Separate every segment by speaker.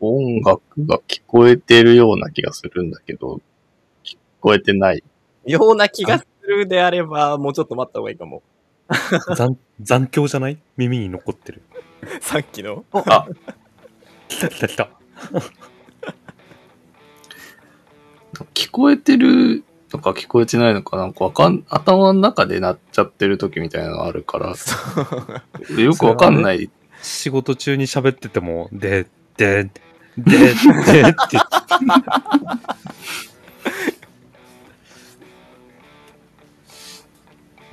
Speaker 1: 音楽が聞こえてるような気がするんだけど、聞こえてない。
Speaker 2: ような気がするであれば、もうちょっと待った方がいいかも。
Speaker 3: 残、残響じゃない耳に残ってる。
Speaker 2: さっきの。
Speaker 1: あ、
Speaker 3: 来た来た来た。
Speaker 1: 聞こえてるのか聞こえてないのかなんかわかん、頭の中で鳴っちゃってる時みたいなのあるから、よくわかんない。
Speaker 3: 仕事中に喋ってても、で、で、で、で、 って。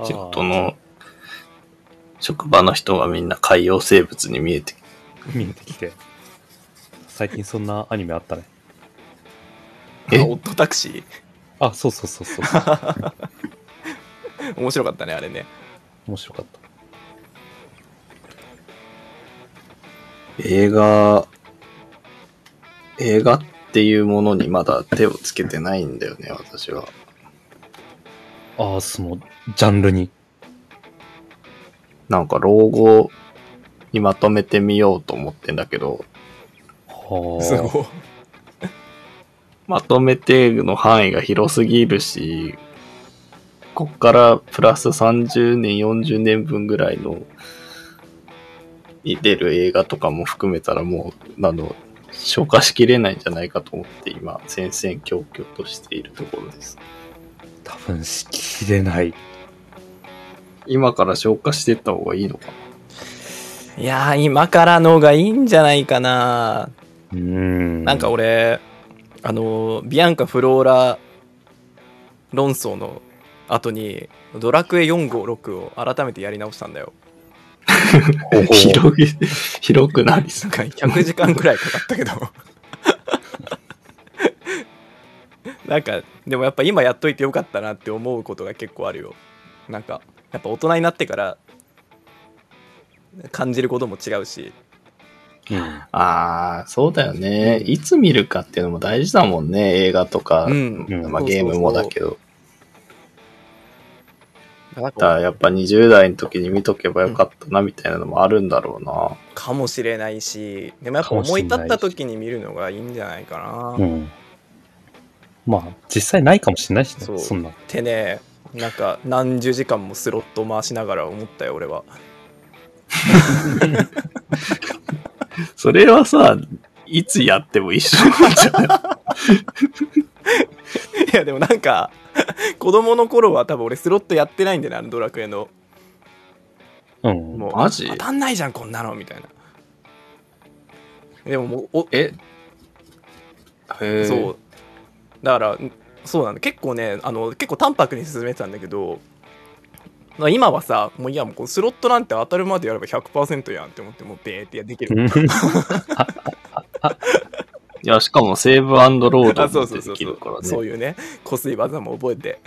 Speaker 1: 仕事の、職場の人がみんな海洋生物に見えてきて
Speaker 3: 見えてきて。最近そんなアニメあったね。
Speaker 1: え
Speaker 2: あオットタクシ
Speaker 3: あ、そうそうそうそ う。
Speaker 2: ー面白かったね、あれね。
Speaker 3: 面白かった。
Speaker 1: 映画、映画っていうものにまだ手をつけてないんだよね、私は。
Speaker 3: ああ、その、ジャンルに。
Speaker 1: なんか老後にまとめてみようと思ってんだけど、
Speaker 3: はあ。
Speaker 2: すごい。
Speaker 1: まとめての範囲が広すぎるし、こっからプラス30年、40年分ぐらいの、に出る映画とかも含めたらもう、あの、消化しきれないんじゃないかと思って今、戦々恐々としているところです。
Speaker 3: 多分しきれない。
Speaker 1: 今から消化していった方がいいのかない
Speaker 2: やー、今からのがいいんじゃないかな。
Speaker 3: うーん。
Speaker 2: なんか、俺、あの、ビアンカ・フローラ論争の後に、ドラクエ4、5、6を改めてやり直したんだよ。
Speaker 3: ほう ほう
Speaker 1: 広げ、 広くなりす
Speaker 2: なんか100時間くらいかかったけど。 なんか、でもやっぱ今やっといてよかったなって思うことが結構あるよ。なんか、やっぱ大人になってから感じることも違うし、
Speaker 3: うん。
Speaker 1: ああ、そうだよね。いつ見るかっていうのも大事だもんね。映画とか、
Speaker 2: うん
Speaker 1: まあ、
Speaker 2: うん
Speaker 1: ゲームもだけど。
Speaker 2: なん
Speaker 1: だか
Speaker 2: から
Speaker 1: やっぱ20代の時に見とけばよかったなみたいなのもあるんだろうな。
Speaker 2: かもしれないし、でもやっぱ
Speaker 3: かもし
Speaker 2: 思い
Speaker 3: れない
Speaker 2: 立った時に見るのがいいんじゃないかな。
Speaker 3: うん。まあ、実際ないかもしれないしね、
Speaker 2: そう
Speaker 3: そんな。
Speaker 2: ってね、なんか何十時間もスロット回しながら思ったよ、俺は。
Speaker 1: それはさ、いつやっても一 緒なんじゃない
Speaker 2: いやでもなんか子供の頃は多分俺スロットやってないんだよねあのドラクエの
Speaker 3: うん。
Speaker 2: もう
Speaker 1: マジ
Speaker 2: 当たんないじゃんこんなのみたいなでももうお
Speaker 1: えへえ。
Speaker 2: そうだからんそうなんだ結構ねあの結構淡白に進めてたんだけどまあ今はさもういやもうこうスロットなんて当たるまでやれば100%やんって思ってもうベーってできる
Speaker 1: いや、しかもセーブロード
Speaker 2: あ そ
Speaker 1: も
Speaker 2: うそう
Speaker 1: 出て
Speaker 2: そう
Speaker 1: き
Speaker 2: そ
Speaker 1: るか
Speaker 2: う
Speaker 1: ら
Speaker 2: そう
Speaker 1: ね。
Speaker 2: いうねこすい技も覚えて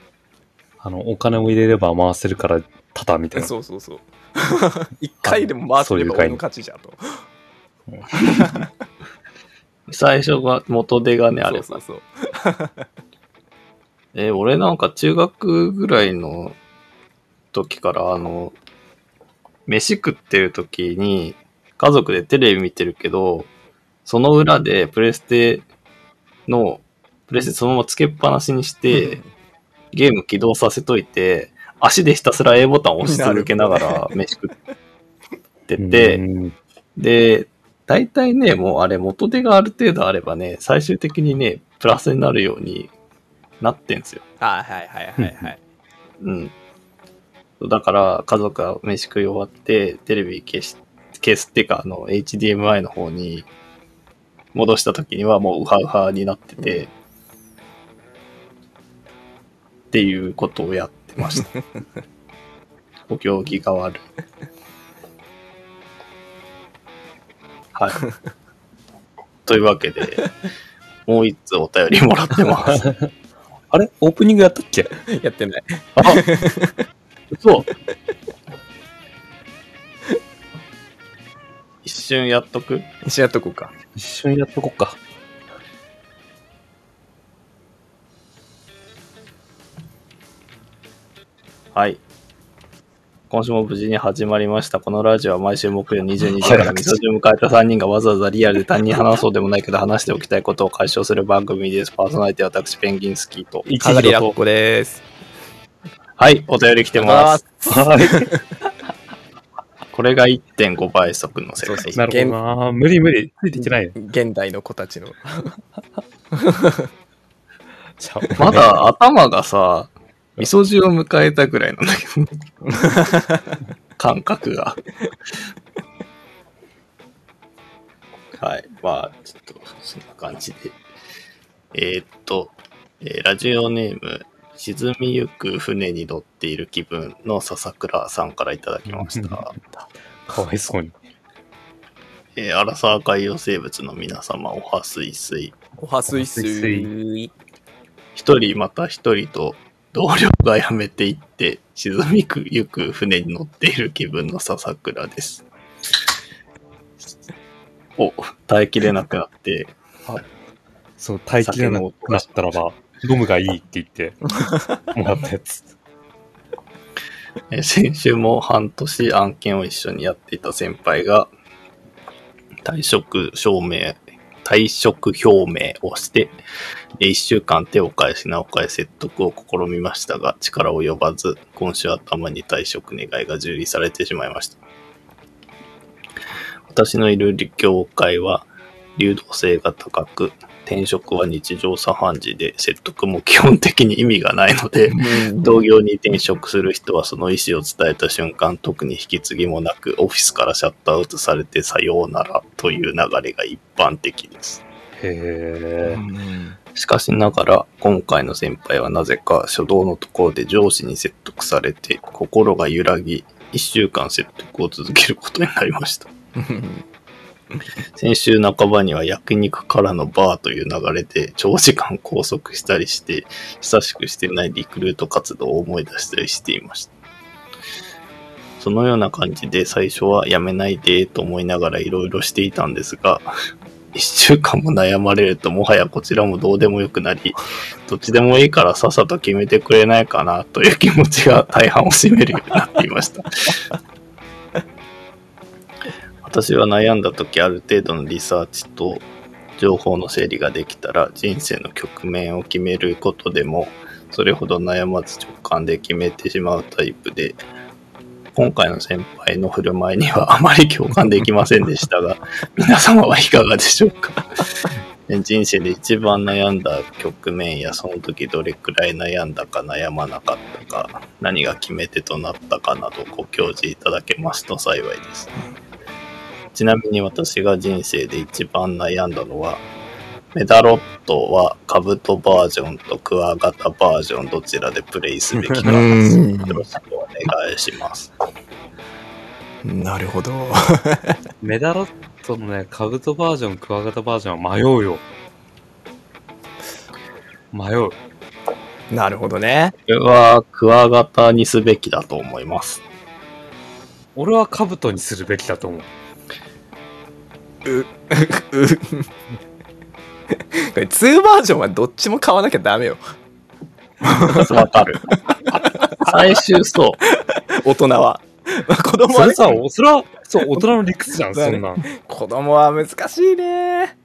Speaker 3: あの、お金を入れれば回せるから、ただみたいな。
Speaker 2: そうそうそう 一回でも回せれば
Speaker 3: そういう概
Speaker 2: 俺
Speaker 3: 念
Speaker 2: の勝ちじゃんと
Speaker 1: 最初が元手がね、あれ
Speaker 2: そう
Speaker 1: ば。
Speaker 2: そうそう
Speaker 1: え、俺なんか中学ぐらいの時から、あの、飯食ってる時に、家族でテレビ見てるけど、その裏でプレステの、プレステそのままつけっぱなしにして、ゲーム起動させといて、足でひたすら A ボタンを押し続けながら飯食ってて、
Speaker 3: うん、
Speaker 1: で、大体ね、もうあれ、元手がある程度あればね、最終的にね、プラスになるようになってんすよ。
Speaker 2: はいはいはいはいはい
Speaker 1: うん。だから、家族が飯食い終わって、テレビ消し、消すっていうか、あの、HDMI の方に戻した時にはもうウハウハになってて、っていうことをやってました。お行儀が悪い。はい。というわけで、もう一通お便りもらってます。
Speaker 3: あれオープニングやったっけ
Speaker 2: やってない
Speaker 1: そう。一瞬やっとく
Speaker 2: 一緒やっとこうか
Speaker 3: 一緒にやっとこっか。
Speaker 1: はい。今週も無事に始まりました。このラジオは毎週木曜22時から未初を迎えた3人がわざわざリアルで他人に話そうでもないけど話しておきたいことを解消する番組です。パーソナリティは私、ペンギンスキーと。
Speaker 3: 一
Speaker 2: かがり
Speaker 3: 時
Speaker 2: らっ
Speaker 3: と。
Speaker 2: こです。
Speaker 1: はい、お便り来てます。
Speaker 3: は
Speaker 1: これが1.5倍速の世界。
Speaker 2: そう
Speaker 3: い。なるほどな。無理無理。ついていけないよ。
Speaker 2: 現代の子たちの。
Speaker 3: ちゃう
Speaker 1: まだ頭がさ、味噌汁を迎えたぐらいなんだけど、感覚が。はい。まあ、ちょっと、そんな感じで。えーっと、えーラジオネーム、沈みゆく船に乗っている気分の笹倉さんからいただきました。
Speaker 3: かわいそうに。
Speaker 1: えー、アラサー海洋生物の皆様、おはすいすい。
Speaker 2: おはすいすい。
Speaker 1: 一人また一人と同僚が辞めていって沈みくゆく船に乗っている気分の笹倉です。お、耐えきれなくなって、
Speaker 3: そう、耐えきれなくなったらば、飲むがいいって言 って、もらったやつ。
Speaker 1: えー先週も半年案件を一緒にやっていた先輩が退職証明、退職表明をして、1週間手を返しなお返し説得を試みましたが、力及ばず、今週頭に退職願いが受理されてしまいました。私のいる業界は流動性が高く、転職は日常茶飯事で説得も基本的に意味がないので、同業に転職する人はその意思を伝えた瞬間、特に引き継ぎもなく、オフィスからシャットアウトされてさようならという流れが一般的です。
Speaker 3: へ
Speaker 1: しかしながら、今回の先輩はなぜか初動のところで上司に説得されて、心が揺らぎ、一週間説得を続けることになりました。先週半ばには焼肉からのバーという流れで長時間拘束したりして、久しくしてないリクルート活動を思い出したりしていました。そのような感じで最初はやめないでと思いながらいろいろしていたんですが、 一週間も悩まれるともはやこちらもどうでもよくなり、どっちでもいいからさっさと決めてくれないかなという気持ちが大半を占めるようになっていました。私は悩んだ時ある程度のリサーチと情報の整理ができたら人生の局面を決めることでもそれほど悩まず直感で決めてしまうタイプで今回の先輩の振る舞いにはあ まり共感できませんでしたが 皆様はいかがでしょうか 人生で一番悩んだ局面やその時どれくらい悩んだか悩まなかったか何が決め手となったかなどご教示いただけますと幸いですちなみに私が人生で一番悩んだのは、メダロットはカブトバージョンとクワガタバージョンどちらでプレイすべきか。よ
Speaker 2: うん
Speaker 1: ろしくお願いします。
Speaker 2: なるほど。
Speaker 3: ーメダロットのね、カブトバージョン、クワガタバージョンは迷うよ。迷う。
Speaker 2: なるほどね。
Speaker 1: これはクワガタにすべきだと思います。
Speaker 3: 俺はカブトにするべきだと思う。
Speaker 2: う、う、これ2バージョンはどっちも買わなきゃダメよ。
Speaker 1: わかる。最終そ
Speaker 2: 大人は。子供
Speaker 3: そ
Speaker 2: は
Speaker 3: れ
Speaker 2: ね、
Speaker 3: さ、おそれは、そう、大人の理屈 じゃん、そんなん。
Speaker 2: 子供は難しいね。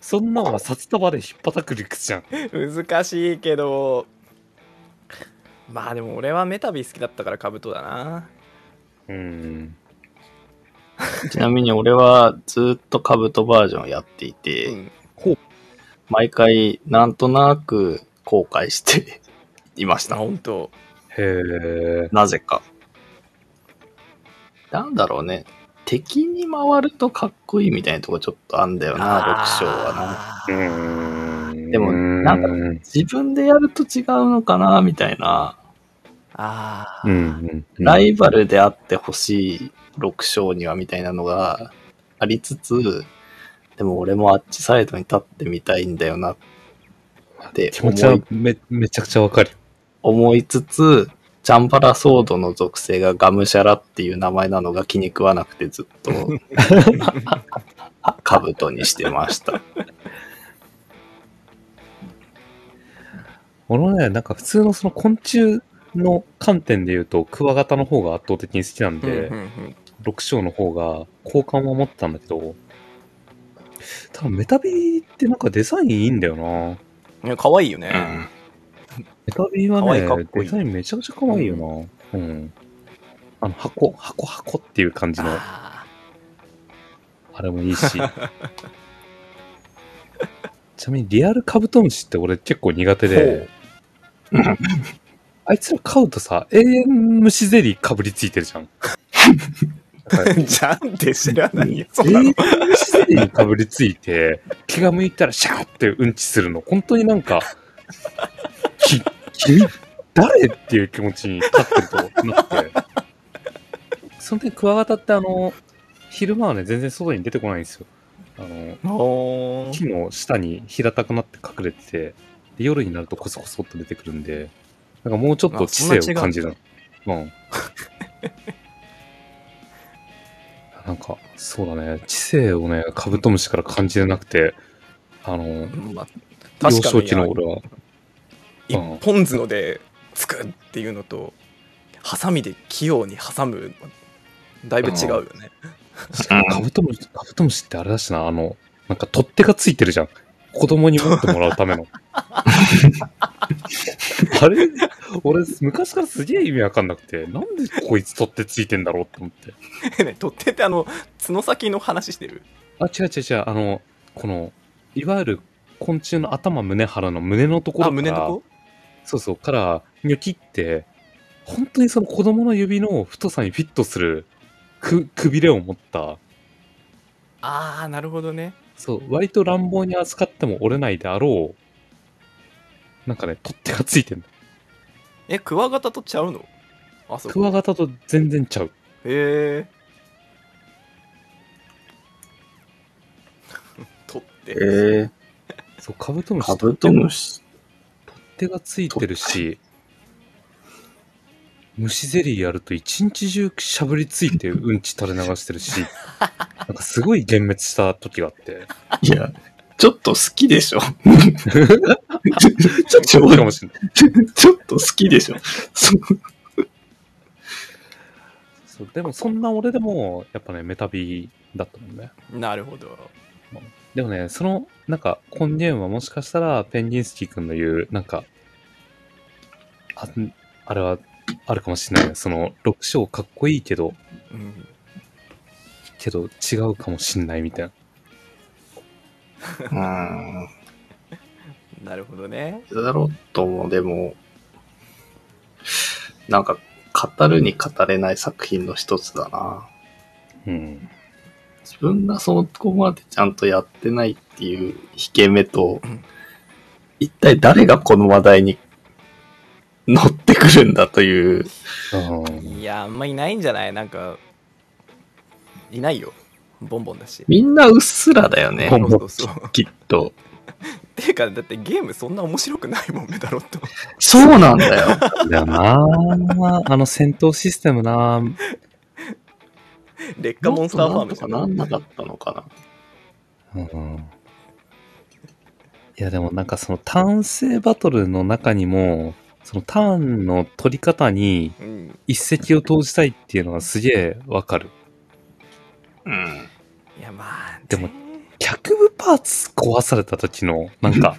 Speaker 3: そんなんは札束で引っ叩く理屈じゃん。
Speaker 2: 難しいけど。まあでも俺はメタビー好きだったからカブトだな。
Speaker 3: うん。
Speaker 1: う。ちなみに俺はずっとカブトバージョンをやっていて、
Speaker 2: うん
Speaker 1: 毎回なんとなく後悔していました
Speaker 2: あ、。本当。
Speaker 3: へえ。
Speaker 1: なぜか。なんだろうね。敵に回るとかっこいいみたいなとこちょっとあんだよな、六章はな。
Speaker 3: う
Speaker 2: な。
Speaker 3: ん。
Speaker 1: でもなんか
Speaker 3: うん。
Speaker 1: 自分でやると違うのかな、みたいな。
Speaker 2: あ
Speaker 3: う
Speaker 2: ー
Speaker 3: ん。
Speaker 1: ライバルであってほしい六章にはみたいなのがありつつ、でも俺もあっちサイドに立ってみたいんだよなって
Speaker 3: 気
Speaker 1: 思
Speaker 3: 持ちはいめ、めちゃくちゃわかる。
Speaker 1: 思いつつ、チャンバラソードの属性がガムシャラっていう名前なのが気に食わなくてずっ と、カブトにしてました。
Speaker 3: 俺もね、なんか普通のその昆虫の観点で言うと、クワガタの方が圧倒的に好きなん
Speaker 2: うんう
Speaker 3: で、
Speaker 2: んうん
Speaker 3: 六章の方が好感は持ってたんだけど、ただメタビーってなんかデザインいいんだよな。
Speaker 2: いや可愛いよね、
Speaker 1: うん。
Speaker 3: メタビーは
Speaker 2: 可愛い
Speaker 3: ね
Speaker 2: かっこいい
Speaker 3: デザインめちゃくちゃ可愛いよな。うん。あの箱、箱箱っていう感じの、
Speaker 2: あ
Speaker 3: あれもいい し。ちなみにリアルカブトムシって俺結構苦手で。 あいつら飼うとさ、永遠虫ゼリーかぶりついてるじゃん。
Speaker 2: ー じゃんって知らないよそうな
Speaker 3: 永
Speaker 2: の
Speaker 3: 遠虫ゼリーにかぶりついて、気が向いたらシャーってうんちするの。本当になんか、き、君、誰っていう気持ちに立ってるとなって。その点クワガタってあの、昼間はね、全然外に出てこないんですよ。あの、
Speaker 2: おー
Speaker 3: 木の下に平たくなって隠れてて、で夜になるとコソコソっと出てくるんで、なんかもうちょっと
Speaker 2: あ
Speaker 3: 知
Speaker 2: そんな
Speaker 3: 性を感じる。うん。 なんか、そうだね、知性をね、カブトムシから感じれなくて、あの、
Speaker 2: まあ
Speaker 3: 幼
Speaker 2: 確か
Speaker 3: 少
Speaker 2: に
Speaker 3: 期の俺は、
Speaker 2: 一
Speaker 3: うん
Speaker 2: 本角でつくっていうのとハサミで器用に挟むだいぶ違うよね
Speaker 3: カブトムシ、カブトムシってあれだしな、あの、なんか取っ手がついてるじゃん。子供に持ってもらうた めの。あれ俺、昔からすげえ意味わかんなくて、なんでこいつ取っ手ついてんだろうって思っ て。
Speaker 2: ね取っ手ってあの角先の話してる
Speaker 3: あ、違う違う違う、あの、この、いわゆる昆虫の頭、胸、腹の胸のとこ
Speaker 2: あ
Speaker 3: ろから、
Speaker 2: 胸の
Speaker 3: そうそう、から、ニョキって、本当にその子供の指の太さにフィットする、く、くびれを持った、
Speaker 2: 子ああなるほどね
Speaker 3: そう、割と乱暴に扱っても折れないであろう。なんかね、取っ手がついてる。
Speaker 2: えクワガタとちゃうのあそう
Speaker 3: クワガタと全然ちゃう。
Speaker 2: へえ 取っ
Speaker 1: え
Speaker 2: て
Speaker 1: ー、
Speaker 3: そう、カブトムシ
Speaker 1: カブトムシ。
Speaker 3: 取っ手がついてるし、虫ゼリーやると一日中しゃぶりついてうんち垂れ流してるし、なんかすごい幻滅した時があって。
Speaker 1: いや、ちょっと好きでしょ。
Speaker 3: ちょっと多いかもしれない。
Speaker 1: ちょっと好きでしょ。そう
Speaker 3: そうでもそんな俺でも、やっぱね、メタビーだったもんね。
Speaker 2: なるほど
Speaker 3: でもね、その、なんか、根源はもしかしたら、ペンギンスキー君の言う、なんか、あ、あれは、あるかもしれないね。その、6章かっこいいけど、
Speaker 2: うん
Speaker 3: けど違うかもしんないみたいな。
Speaker 1: うん。
Speaker 2: なるほどね
Speaker 1: だろうとも、でも、なんか、語るに語れない作品の一つだな。
Speaker 3: うん。
Speaker 1: 自分がそこまでちゃんとやってないっていう引け目と
Speaker 2: うん、
Speaker 1: 一体誰がこの話題に乗ってくるんだという、
Speaker 3: うん
Speaker 2: いやあんまいないんじゃないなんかいないよボンボンだし
Speaker 1: みんなうっすらだよね
Speaker 3: ボ、ンボン
Speaker 2: そうそう そう
Speaker 1: きっと。
Speaker 2: っていうかだってゲームそんな面白くないもんメタロ ット
Speaker 1: そうなんだよ。
Speaker 3: だよなあの戦闘システムな
Speaker 2: 劣化モンスターファームじゃ
Speaker 1: もっとなんとかなんんなかったのかな。
Speaker 3: うんいやでもなんかそのターン制バトルの中にも、そのターンの取り方に
Speaker 2: うん
Speaker 3: 一石を投じたいっていうのはすげえわかる。
Speaker 1: うん。
Speaker 2: いやまあ
Speaker 3: でも
Speaker 2: ね
Speaker 3: 脚部パーツ壊された時の、なんか、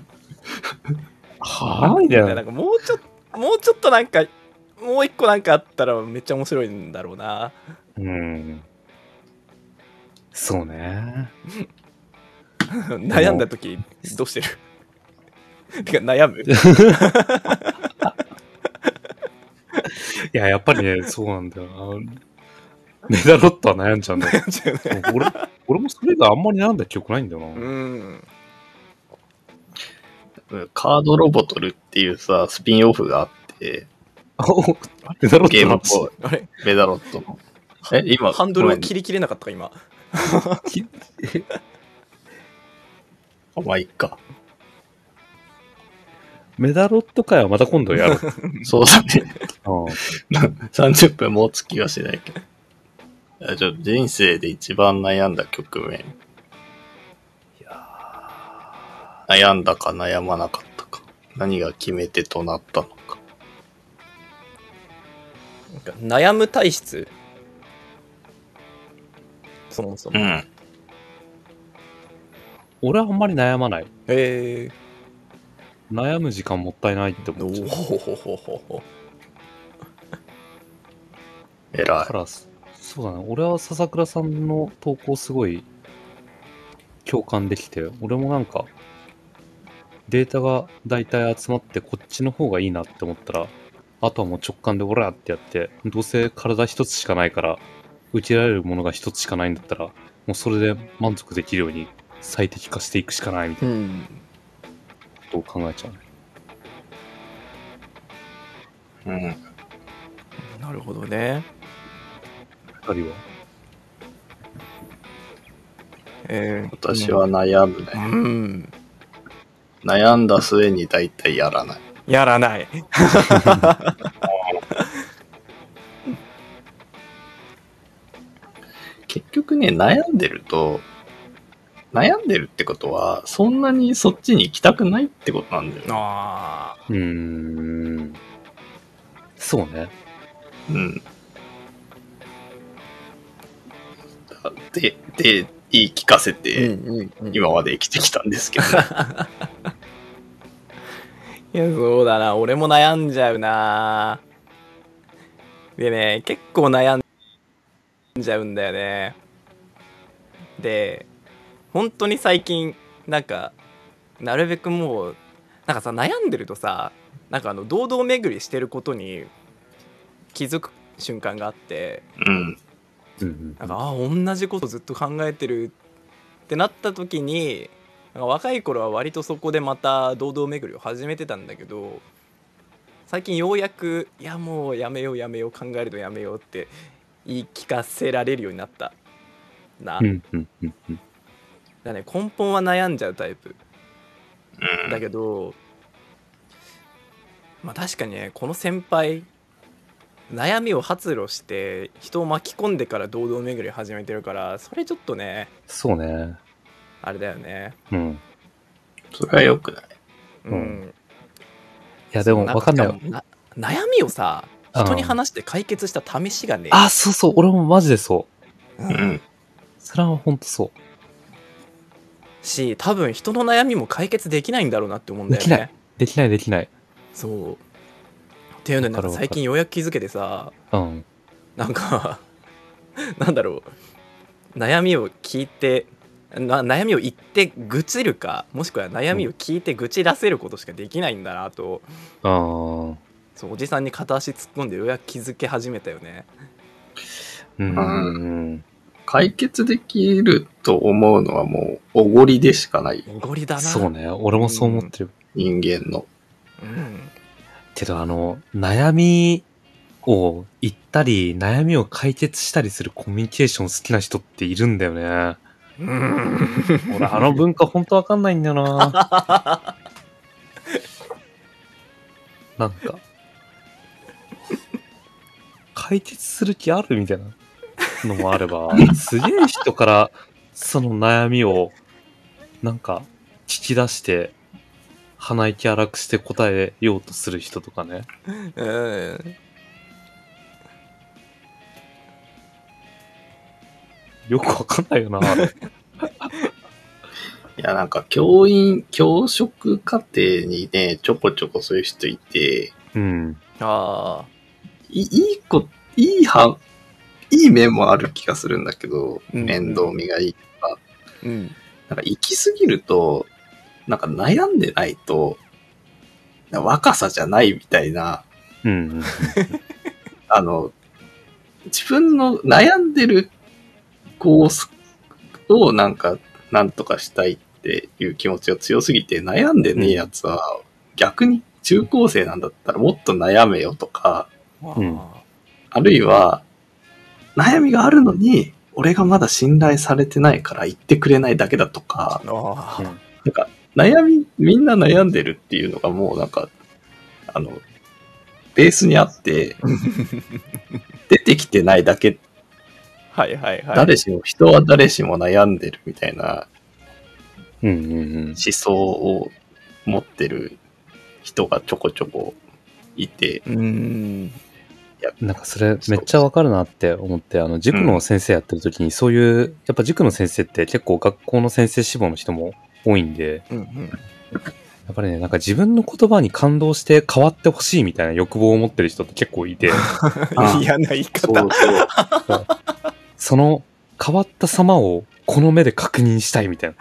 Speaker 3: はぁみたい
Speaker 2: いやな
Speaker 3: な。
Speaker 2: んかもうちょっともうちょっとなんかもう一個なんかあったらめっちゃ面白いんだろうな
Speaker 3: うん。そうね。
Speaker 2: 悩んだ時どうしてる てか悩む
Speaker 3: いや、やっぱりね、そうなんだよな。メダロットは悩んじゃうんだよ。俺、俺もそれがあんまり悩んだ記憶ないんだよ
Speaker 2: う
Speaker 3: な。
Speaker 2: ん
Speaker 1: カードロボトルっていうさ、スピンオフがあって、
Speaker 3: おメダロッ
Speaker 1: ゲー
Speaker 3: ト
Speaker 1: ム
Speaker 3: の
Speaker 1: っぽい。
Speaker 2: あれ
Speaker 1: メダロットの。え、今、
Speaker 2: ハンドル
Speaker 1: ご
Speaker 2: を
Speaker 1: めん
Speaker 2: 切りきれなかったか今
Speaker 3: 話
Speaker 1: あまあ、いっか。
Speaker 3: メダロット会はまた今度やる。
Speaker 1: そうだね。
Speaker 3: うん
Speaker 1: 30分もつ気はしないけど。あじゃあ人生で一番悩んだ局面。悩んだか悩まなかったか。何が決め手となったのか。
Speaker 2: なんか悩む体質そもそも、
Speaker 1: う
Speaker 2: へ
Speaker 1: ん。
Speaker 3: 俺はあんまり悩まない。
Speaker 2: え
Speaker 3: 悩む時間もったいないって
Speaker 2: お
Speaker 3: 思っちゃう。
Speaker 2: おほほほほほ
Speaker 1: 偉
Speaker 3: だから、そうだね。俺は笹倉さんの投稿すごい共感できて、俺もなんか、データが大体集まってこっちの方がいいなって思ったら、あとはもう直感でオラってやって、どうせ体一つしかないから、受けられるものが一つしかないんだったら、もうそれで満足できるように最適化していくしかないみたい
Speaker 2: うん
Speaker 3: なことを考えちゃうね。
Speaker 1: い。うん。
Speaker 2: なるほどね
Speaker 3: 二人は。
Speaker 2: えー
Speaker 1: 私は悩む
Speaker 2: う
Speaker 1: ね。
Speaker 2: ん
Speaker 1: 悩んだ末に大体やらない。
Speaker 2: やらない
Speaker 1: 結局ね、悩んでると、悩んでるってことは、そんなにそっちに行きたくないってことなんだよね。
Speaker 2: ああ
Speaker 3: うーん。そうね。
Speaker 1: うん。だで、で、言い聞かせ
Speaker 2: うん
Speaker 1: て、
Speaker 2: うんうん
Speaker 1: 今まで生きてきたんです けど、
Speaker 2: いや、そうだな。俺も悩んじゃうな。でね、結構悩んじゃうんだよね。で、本当に最近、なんか、なるべくもう、なんかさ、悩んでるとさ、なんかあの、堂々巡りしてることに気づく瞬間があって、
Speaker 1: うん。
Speaker 3: うん
Speaker 2: なんか、ああ、同じことずっと考えてるってなった時に、なんか若い頃は割とそこでまた堂々巡りを始めてたんだけど、最近ようやく、いやもうやめようやめよう、考えるのやめようって言い聞かせられるようになったな。だか
Speaker 3: うんうんうんうん。
Speaker 2: らね、根本は悩んじゃうタイプ。
Speaker 1: うん。
Speaker 2: だけど、まあ確かにね、この先輩、悩みを発露して人を巻き込んでから堂々巡り始めてるからそれちょっとね
Speaker 3: そうね。
Speaker 2: あれだよね。
Speaker 3: うん。い
Speaker 1: それは良くない。
Speaker 2: う
Speaker 3: うん
Speaker 2: ん。
Speaker 3: や、でも
Speaker 2: な
Speaker 3: わかんないよ。
Speaker 2: な悩みをさ、
Speaker 3: うん
Speaker 2: 人に話して解決した試しがねえ。
Speaker 3: あ、そうそう。俺もマジでそう。
Speaker 1: うん。
Speaker 3: それはほんとそ
Speaker 2: し、多分人の悩みも解決できないんだろうなって思うんだよね。
Speaker 3: できなう。できないできない。
Speaker 2: そう。っていうのになんか
Speaker 3: わかるわかる
Speaker 2: 最近ようやく気づけてさ、
Speaker 3: うん。
Speaker 2: なんか、なんだろう。悩みを聞いて、な悩みを言って愚痴るか、もしくは悩みを聞いて愚痴出せることしかできないんだなと、
Speaker 3: あ
Speaker 2: そうおじさんに片足突っ込んでようやく気づけ始めたよね。
Speaker 3: ーうん。うん。
Speaker 1: 解決できると思うのはもう、おごりでしかない。
Speaker 2: おごりだな。
Speaker 3: そうね。俺もそう思ってる。
Speaker 1: 人間の。
Speaker 2: うん。
Speaker 3: けど、あの、悩みを言ったり、悩みを解決したりするコミュニケーション好きな人っているんだよね。俺、あの文化ほんとわかんないんだよな。なんか、解決する気あるみたいなのもあれば、すげえ人からその悩みを、なんか、聞き出して、鼻息荒くして答えようとする人とかね。
Speaker 2: うん
Speaker 3: よくわかんないよな、あれ。
Speaker 1: いや、なんか、教員、教職課程にね、ちょこちょこそういう人いて、
Speaker 3: うん。
Speaker 2: ああ
Speaker 1: いいい子、いいは、いい面もある気がするんだけど、
Speaker 2: うん
Speaker 1: 面倒見がいい。
Speaker 2: うん
Speaker 1: なんか、行き過ぎると、なんか悩んでないと、なんか若さじゃないみたいな、
Speaker 3: うん。
Speaker 1: あの、自分の悩んでるコースをなんか、なんとかしたいっていう気持ちが強すぎて、悩んでねえやつは、逆に中高生なんだったらもっと悩めよとか、
Speaker 3: ん
Speaker 2: あ
Speaker 1: あるいは、悩みがあるのに、俺がまだ信頼されてないから言ってくれないだけだとか、
Speaker 2: あ
Speaker 1: なんか、悩み、みんな悩んでるっていうのがもうなんか、あの、ベースにあって、出てきてないだけ
Speaker 2: はいはいはい
Speaker 1: 誰しも、人は誰しも悩んでるみたいな
Speaker 3: うんうんうん
Speaker 1: 思。想を持ってる人がちょこちょこいて、
Speaker 2: うん
Speaker 3: なんかそれめっちゃわかるなって思って、あの、塾の先生やってる時に、そういう、やっぱ塾の先生って結構学校の先生志望の人も多いんで、
Speaker 2: うんうん。
Speaker 3: やっぱりね、なんか自分の言葉に感動して変わってほしいみたいな欲望を持ってる人って結構いて、
Speaker 1: あ
Speaker 2: 嫌な言い
Speaker 1: そ
Speaker 2: 方。
Speaker 1: うそう。
Speaker 3: その変わった様をこの目で確認したいみたい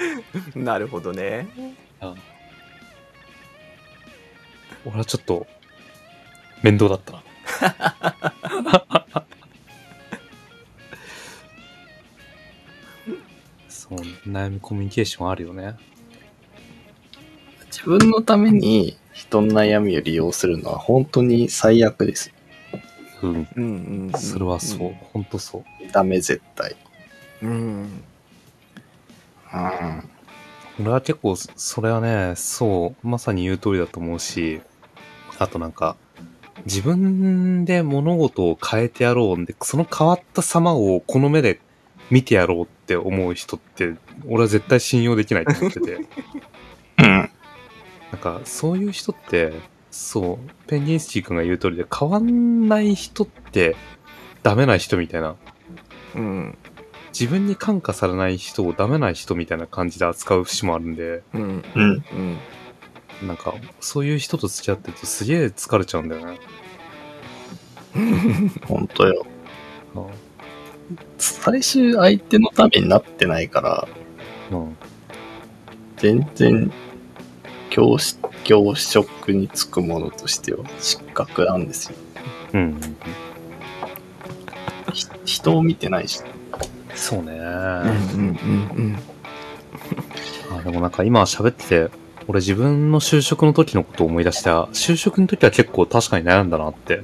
Speaker 3: な。
Speaker 2: なるほどね。
Speaker 3: 俺はちょっと、面倒だった。そう、悩みコミュニケーションあるよね。
Speaker 1: 自分のために人の悩みを利用するのは本当に最悪です。
Speaker 3: うん、
Speaker 2: うんうん、うん。
Speaker 3: それはそう。ほんとそう。
Speaker 1: ダメ絶対。
Speaker 2: うん。
Speaker 1: うん。
Speaker 3: 俺は結構、そそれはね、そう、まさに言う通りだと思うし、あとなんか、自分で物事を変えてやろうんで、その変わった様をこの目で見てやろうって思う人って、俺は絶対信用できないと思って て。
Speaker 1: うん。
Speaker 3: なんか、そういう人って、そう、ペンギンスキー君が言う通りで、変わんない人って、ダメな人みたいな、
Speaker 2: うん。うん
Speaker 3: 自分に感化されない人をダメな人みたいな感じで扱う節もあるんで、
Speaker 2: うん。
Speaker 1: うん。
Speaker 2: うん。
Speaker 3: なんか、そういう人と付き合ってるとすげえ疲れちゃうんだよね。
Speaker 1: 本当よ。
Speaker 3: うん。
Speaker 1: 最終相手のためになってないから、
Speaker 3: うん
Speaker 1: 全然教師、教職につくものとしては失格なんですよ。
Speaker 3: うん。
Speaker 1: ひ人を見てないし。
Speaker 3: そうね。
Speaker 2: うんうん
Speaker 3: あでもなんか今喋ってて、俺自分の就職の時のことを思い出した。就職の時は結構確かに悩んだなって。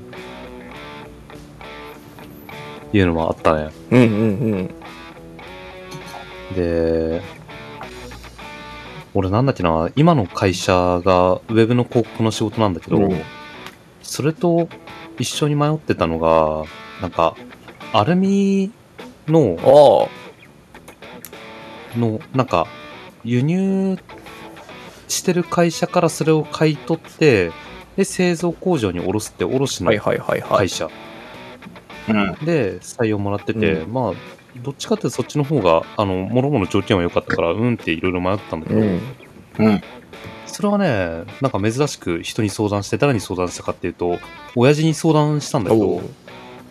Speaker 3: いうのはあったね。
Speaker 2: うん。うんうんうん。
Speaker 3: で、俺なんだっけな、今の会社がウェブの広告の仕事なんだけど、
Speaker 1: うん
Speaker 3: それと一緒に迷ってたのが、なんか、アルミの、
Speaker 2: あ
Speaker 3: の、なんか、輸入してる会社からそれを買い取って、で、製造工場に卸すって卸
Speaker 2: あ。
Speaker 3: の
Speaker 2: はいはいはいはい
Speaker 3: 会。社
Speaker 1: うん。
Speaker 3: で採用もらってて、
Speaker 2: う
Speaker 3: まあ、どっちかっていうとそっちの方が、あの、もろもろ条件は良かったから、うんっていろいろ迷ったんだけど、
Speaker 2: うん。
Speaker 1: うん。
Speaker 3: それはね、なんか珍しく人に相談して、誰に相談したかっていうと、親父に相談したんだけ
Speaker 2: お
Speaker 3: ど
Speaker 2: う、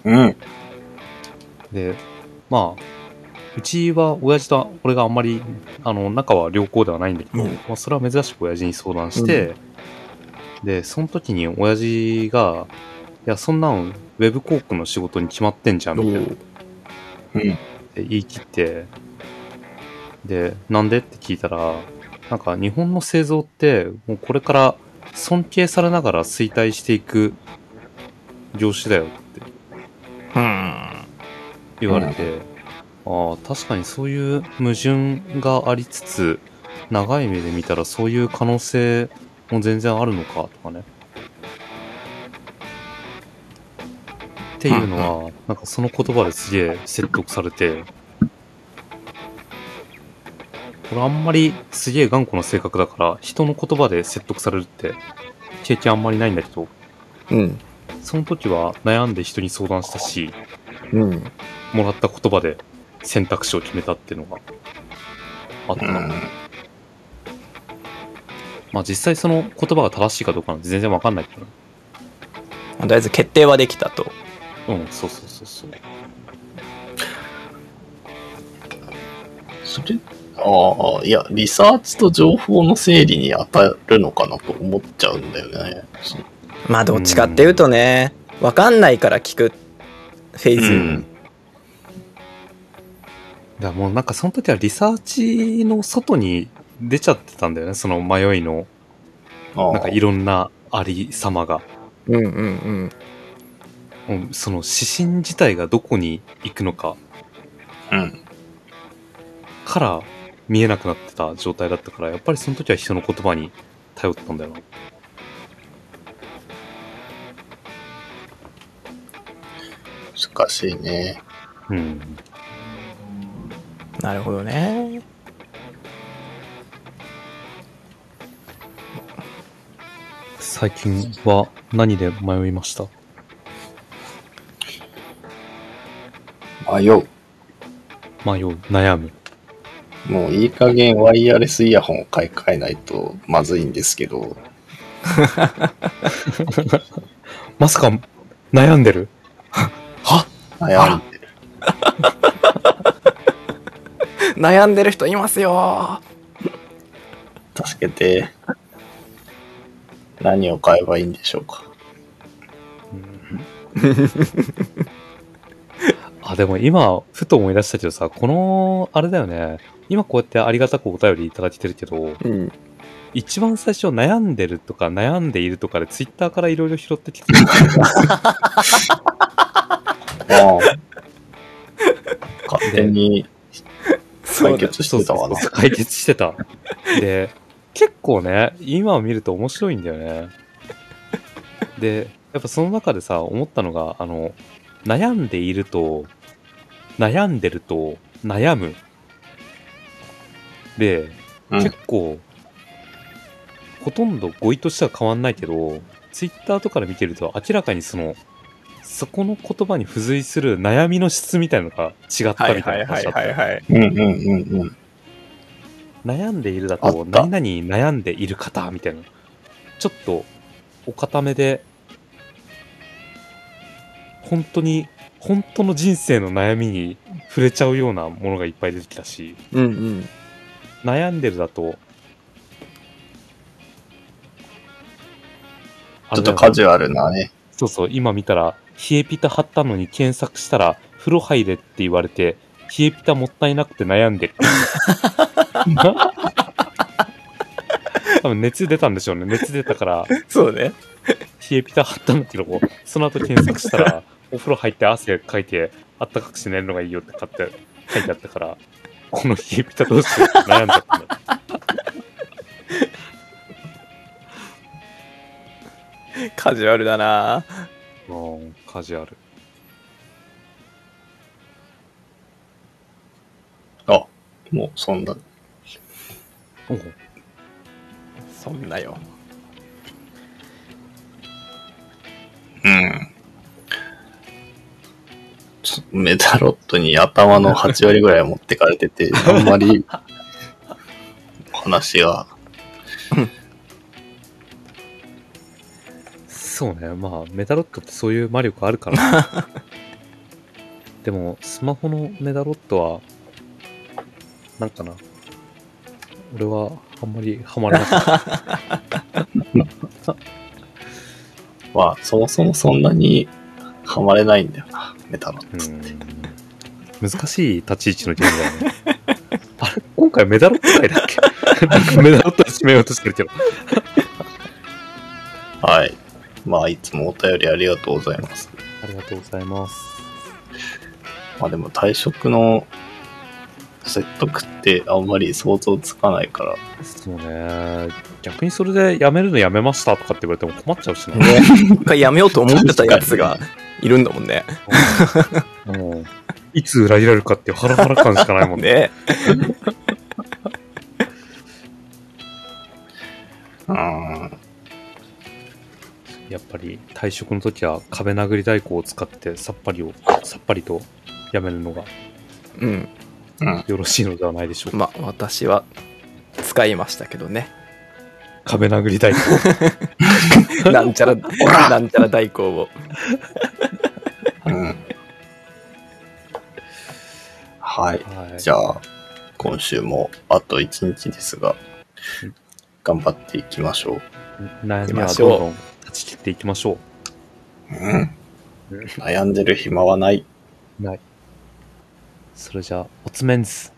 Speaker 1: うん。
Speaker 3: で、まあ、うちは親父と俺があんまり、あの、仲は良好ではないんだけど、
Speaker 2: うん
Speaker 3: まあ、それは珍しく親父に相談して、で、その時に親父が、いや、そんなん、ウェブ広告の仕事に決まってんじゃん、みたいな。
Speaker 1: うん。
Speaker 3: って言い切って、で、なんでって聞いたら、なんか日本の製造って、もうこれから尊敬されながら衰退していく業種だよって
Speaker 2: うん。
Speaker 3: 言われて、ああ、確かにそういう矛盾がありつつ、長い目で見たらそういう可能性も全然あるのかとかね。っていうのは、なんかその言葉ですげえ説得されて、俺あんまりすげえ頑固な性格だから、人の言葉で説得されるって経験あんまりないんだけど、
Speaker 2: うん。
Speaker 3: その時は悩んで人に相談したし、
Speaker 2: うん。
Speaker 3: もらった言葉で選択肢を決めたっていうのがあった
Speaker 1: う
Speaker 3: な。
Speaker 1: ん。
Speaker 3: まあ実際その言葉が正しいかどうかなんて全然わかんないけどね。
Speaker 2: とりあえず決定はできたと。
Speaker 3: うん、そうそうそうそう。
Speaker 1: それ、ああ、いや、リサーチと情報の整理に当たるのかなと思っちゃうんだよね。そ
Speaker 2: まあどっちかっていうとね、わかんないから聞くフェーズ。
Speaker 1: うん
Speaker 3: だからもうなんかその時はリサーチの外に出ちゃってたんだよね、その迷いの、
Speaker 1: ああ
Speaker 3: なんかいろんなありさまが。
Speaker 2: うんうんうん。
Speaker 3: うんその指針自体がどこに行くのか
Speaker 1: うん。
Speaker 3: から見えなくなってた状態だったから、やっぱりその時は人の言葉に頼ったんだよな。
Speaker 1: 難しいね。
Speaker 3: うん。
Speaker 2: なるほどね。
Speaker 3: 最近は何で迷いました
Speaker 1: 迷う。
Speaker 3: 迷う、悩む。
Speaker 1: もういい加減ワイヤレスイヤホンを買い替えないとまずいんですけど、
Speaker 3: まさか、悩んでる
Speaker 1: は悩んでる。
Speaker 2: 悩んでる人いますよ
Speaker 1: 助けて。何を買えばいいんでしょうか。
Speaker 3: あ、でも今、ふと思い出したけどさ、この、あれだよね。今こうやってありがたくお便りいただいてるけど、
Speaker 2: うん
Speaker 3: 一番最初悩んでるとか悩んでいるとかでツイッターからいろいろ拾ってきて、
Speaker 1: ああ勝手に
Speaker 2: そ
Speaker 1: 解
Speaker 2: うだ
Speaker 1: 決してたわな。
Speaker 3: 解決して た。で、結構ね、今を見ると面白いんだよね。で、やっぱその中でさ、思ったのが、あの、悩んでいると、悩んでると、悩む。で、
Speaker 1: うん
Speaker 3: 結構、ほとんど語彙としては変わんないけど、ツイッターとかで見てると明らかにその、そこの言葉に付随する悩みの質みたいなのが違っ
Speaker 2: は
Speaker 3: た
Speaker 2: い
Speaker 3: みた
Speaker 2: はいい
Speaker 3: な
Speaker 2: は
Speaker 3: 話
Speaker 2: い
Speaker 3: だった
Speaker 2: は
Speaker 3: よ
Speaker 2: いはい
Speaker 1: うんうんうんうん。
Speaker 3: 悩んでいるだ
Speaker 1: あ
Speaker 3: と、
Speaker 1: った
Speaker 3: 何々悩んでいる方みたいな。ちょっと、お固めで、本当に、本当の人生の悩みに触れちゃうようなものがいっぱい出てきたし、
Speaker 2: うんうん
Speaker 3: 悩んでるだと、
Speaker 1: ちょっとカ
Speaker 3: ュ
Speaker 1: ジュアルなね。
Speaker 3: そうそう、今見たら、冷えピタ貼ったのに検索したら、風呂入れって言われて、冷えピタもったいなくて悩んでる。多分熱出たんでしょうね。熱出たから、
Speaker 2: そうね
Speaker 3: 冷えピタ貼ったんだけど、その後検索したら、お風呂入って汗かいて、あったかくして寝るのがいいよって買って書いてあったから、この冷えピタどうしようって悩んだったの。
Speaker 2: カジュアルだな
Speaker 3: うん、カジュアル。
Speaker 1: あ、もうそんな。
Speaker 3: おう
Speaker 2: そんなよ
Speaker 1: うん。ちょメタロットに頭の8割ぐらい持ってかれて て、あんまり話が。
Speaker 3: そうね、まあ、メダロットってそういう魔力あるから。 でも、スマホのメダロットは、なんかな。俺は、あんまりハマらな かった。
Speaker 1: まあ、そもそもそんなにハマれないんだよな、メタロッ
Speaker 3: う
Speaker 1: トって。
Speaker 3: ん難しい立ち位置のゲームだよね。あれ今回メダロット回だっけなん かメダロットで締めようとしてるけど。
Speaker 1: はい。まあ、いつもお便りありがとうございます。
Speaker 3: ありがとうございます。
Speaker 1: まあでも退職の説得ってあんまり想像つかないから。
Speaker 3: そうね。逆にそれで辞めるの辞めましたとかって言われても困っちゃうしな。
Speaker 2: ね一回やめようと思ってたやつがいるんだもんね
Speaker 3: もう、いつ裏切られるかっていうハラハラ感しかないもんね。
Speaker 2: ね
Speaker 1: うん。
Speaker 3: やっぱり退職の時は壁殴り太鼓を使ってさっぱりを、さっぱりと辞めるのが
Speaker 2: うん
Speaker 1: うん。
Speaker 3: よろしいのではないでしょうか。
Speaker 2: まあ私は使いましたけどね
Speaker 3: 壁殴り太鼓。
Speaker 2: なんちゃらなんちゃら代行を
Speaker 1: うん。はい。
Speaker 3: はい。
Speaker 1: じゃあ、今週もあと1日ですが
Speaker 3: うん、
Speaker 1: 頑張っていきましょう。
Speaker 3: 悩みはどんどん断ち切っていきましょ
Speaker 1: うん。
Speaker 3: う。
Speaker 1: 悩んでる暇はない。
Speaker 3: それじゃあ、おつめんず。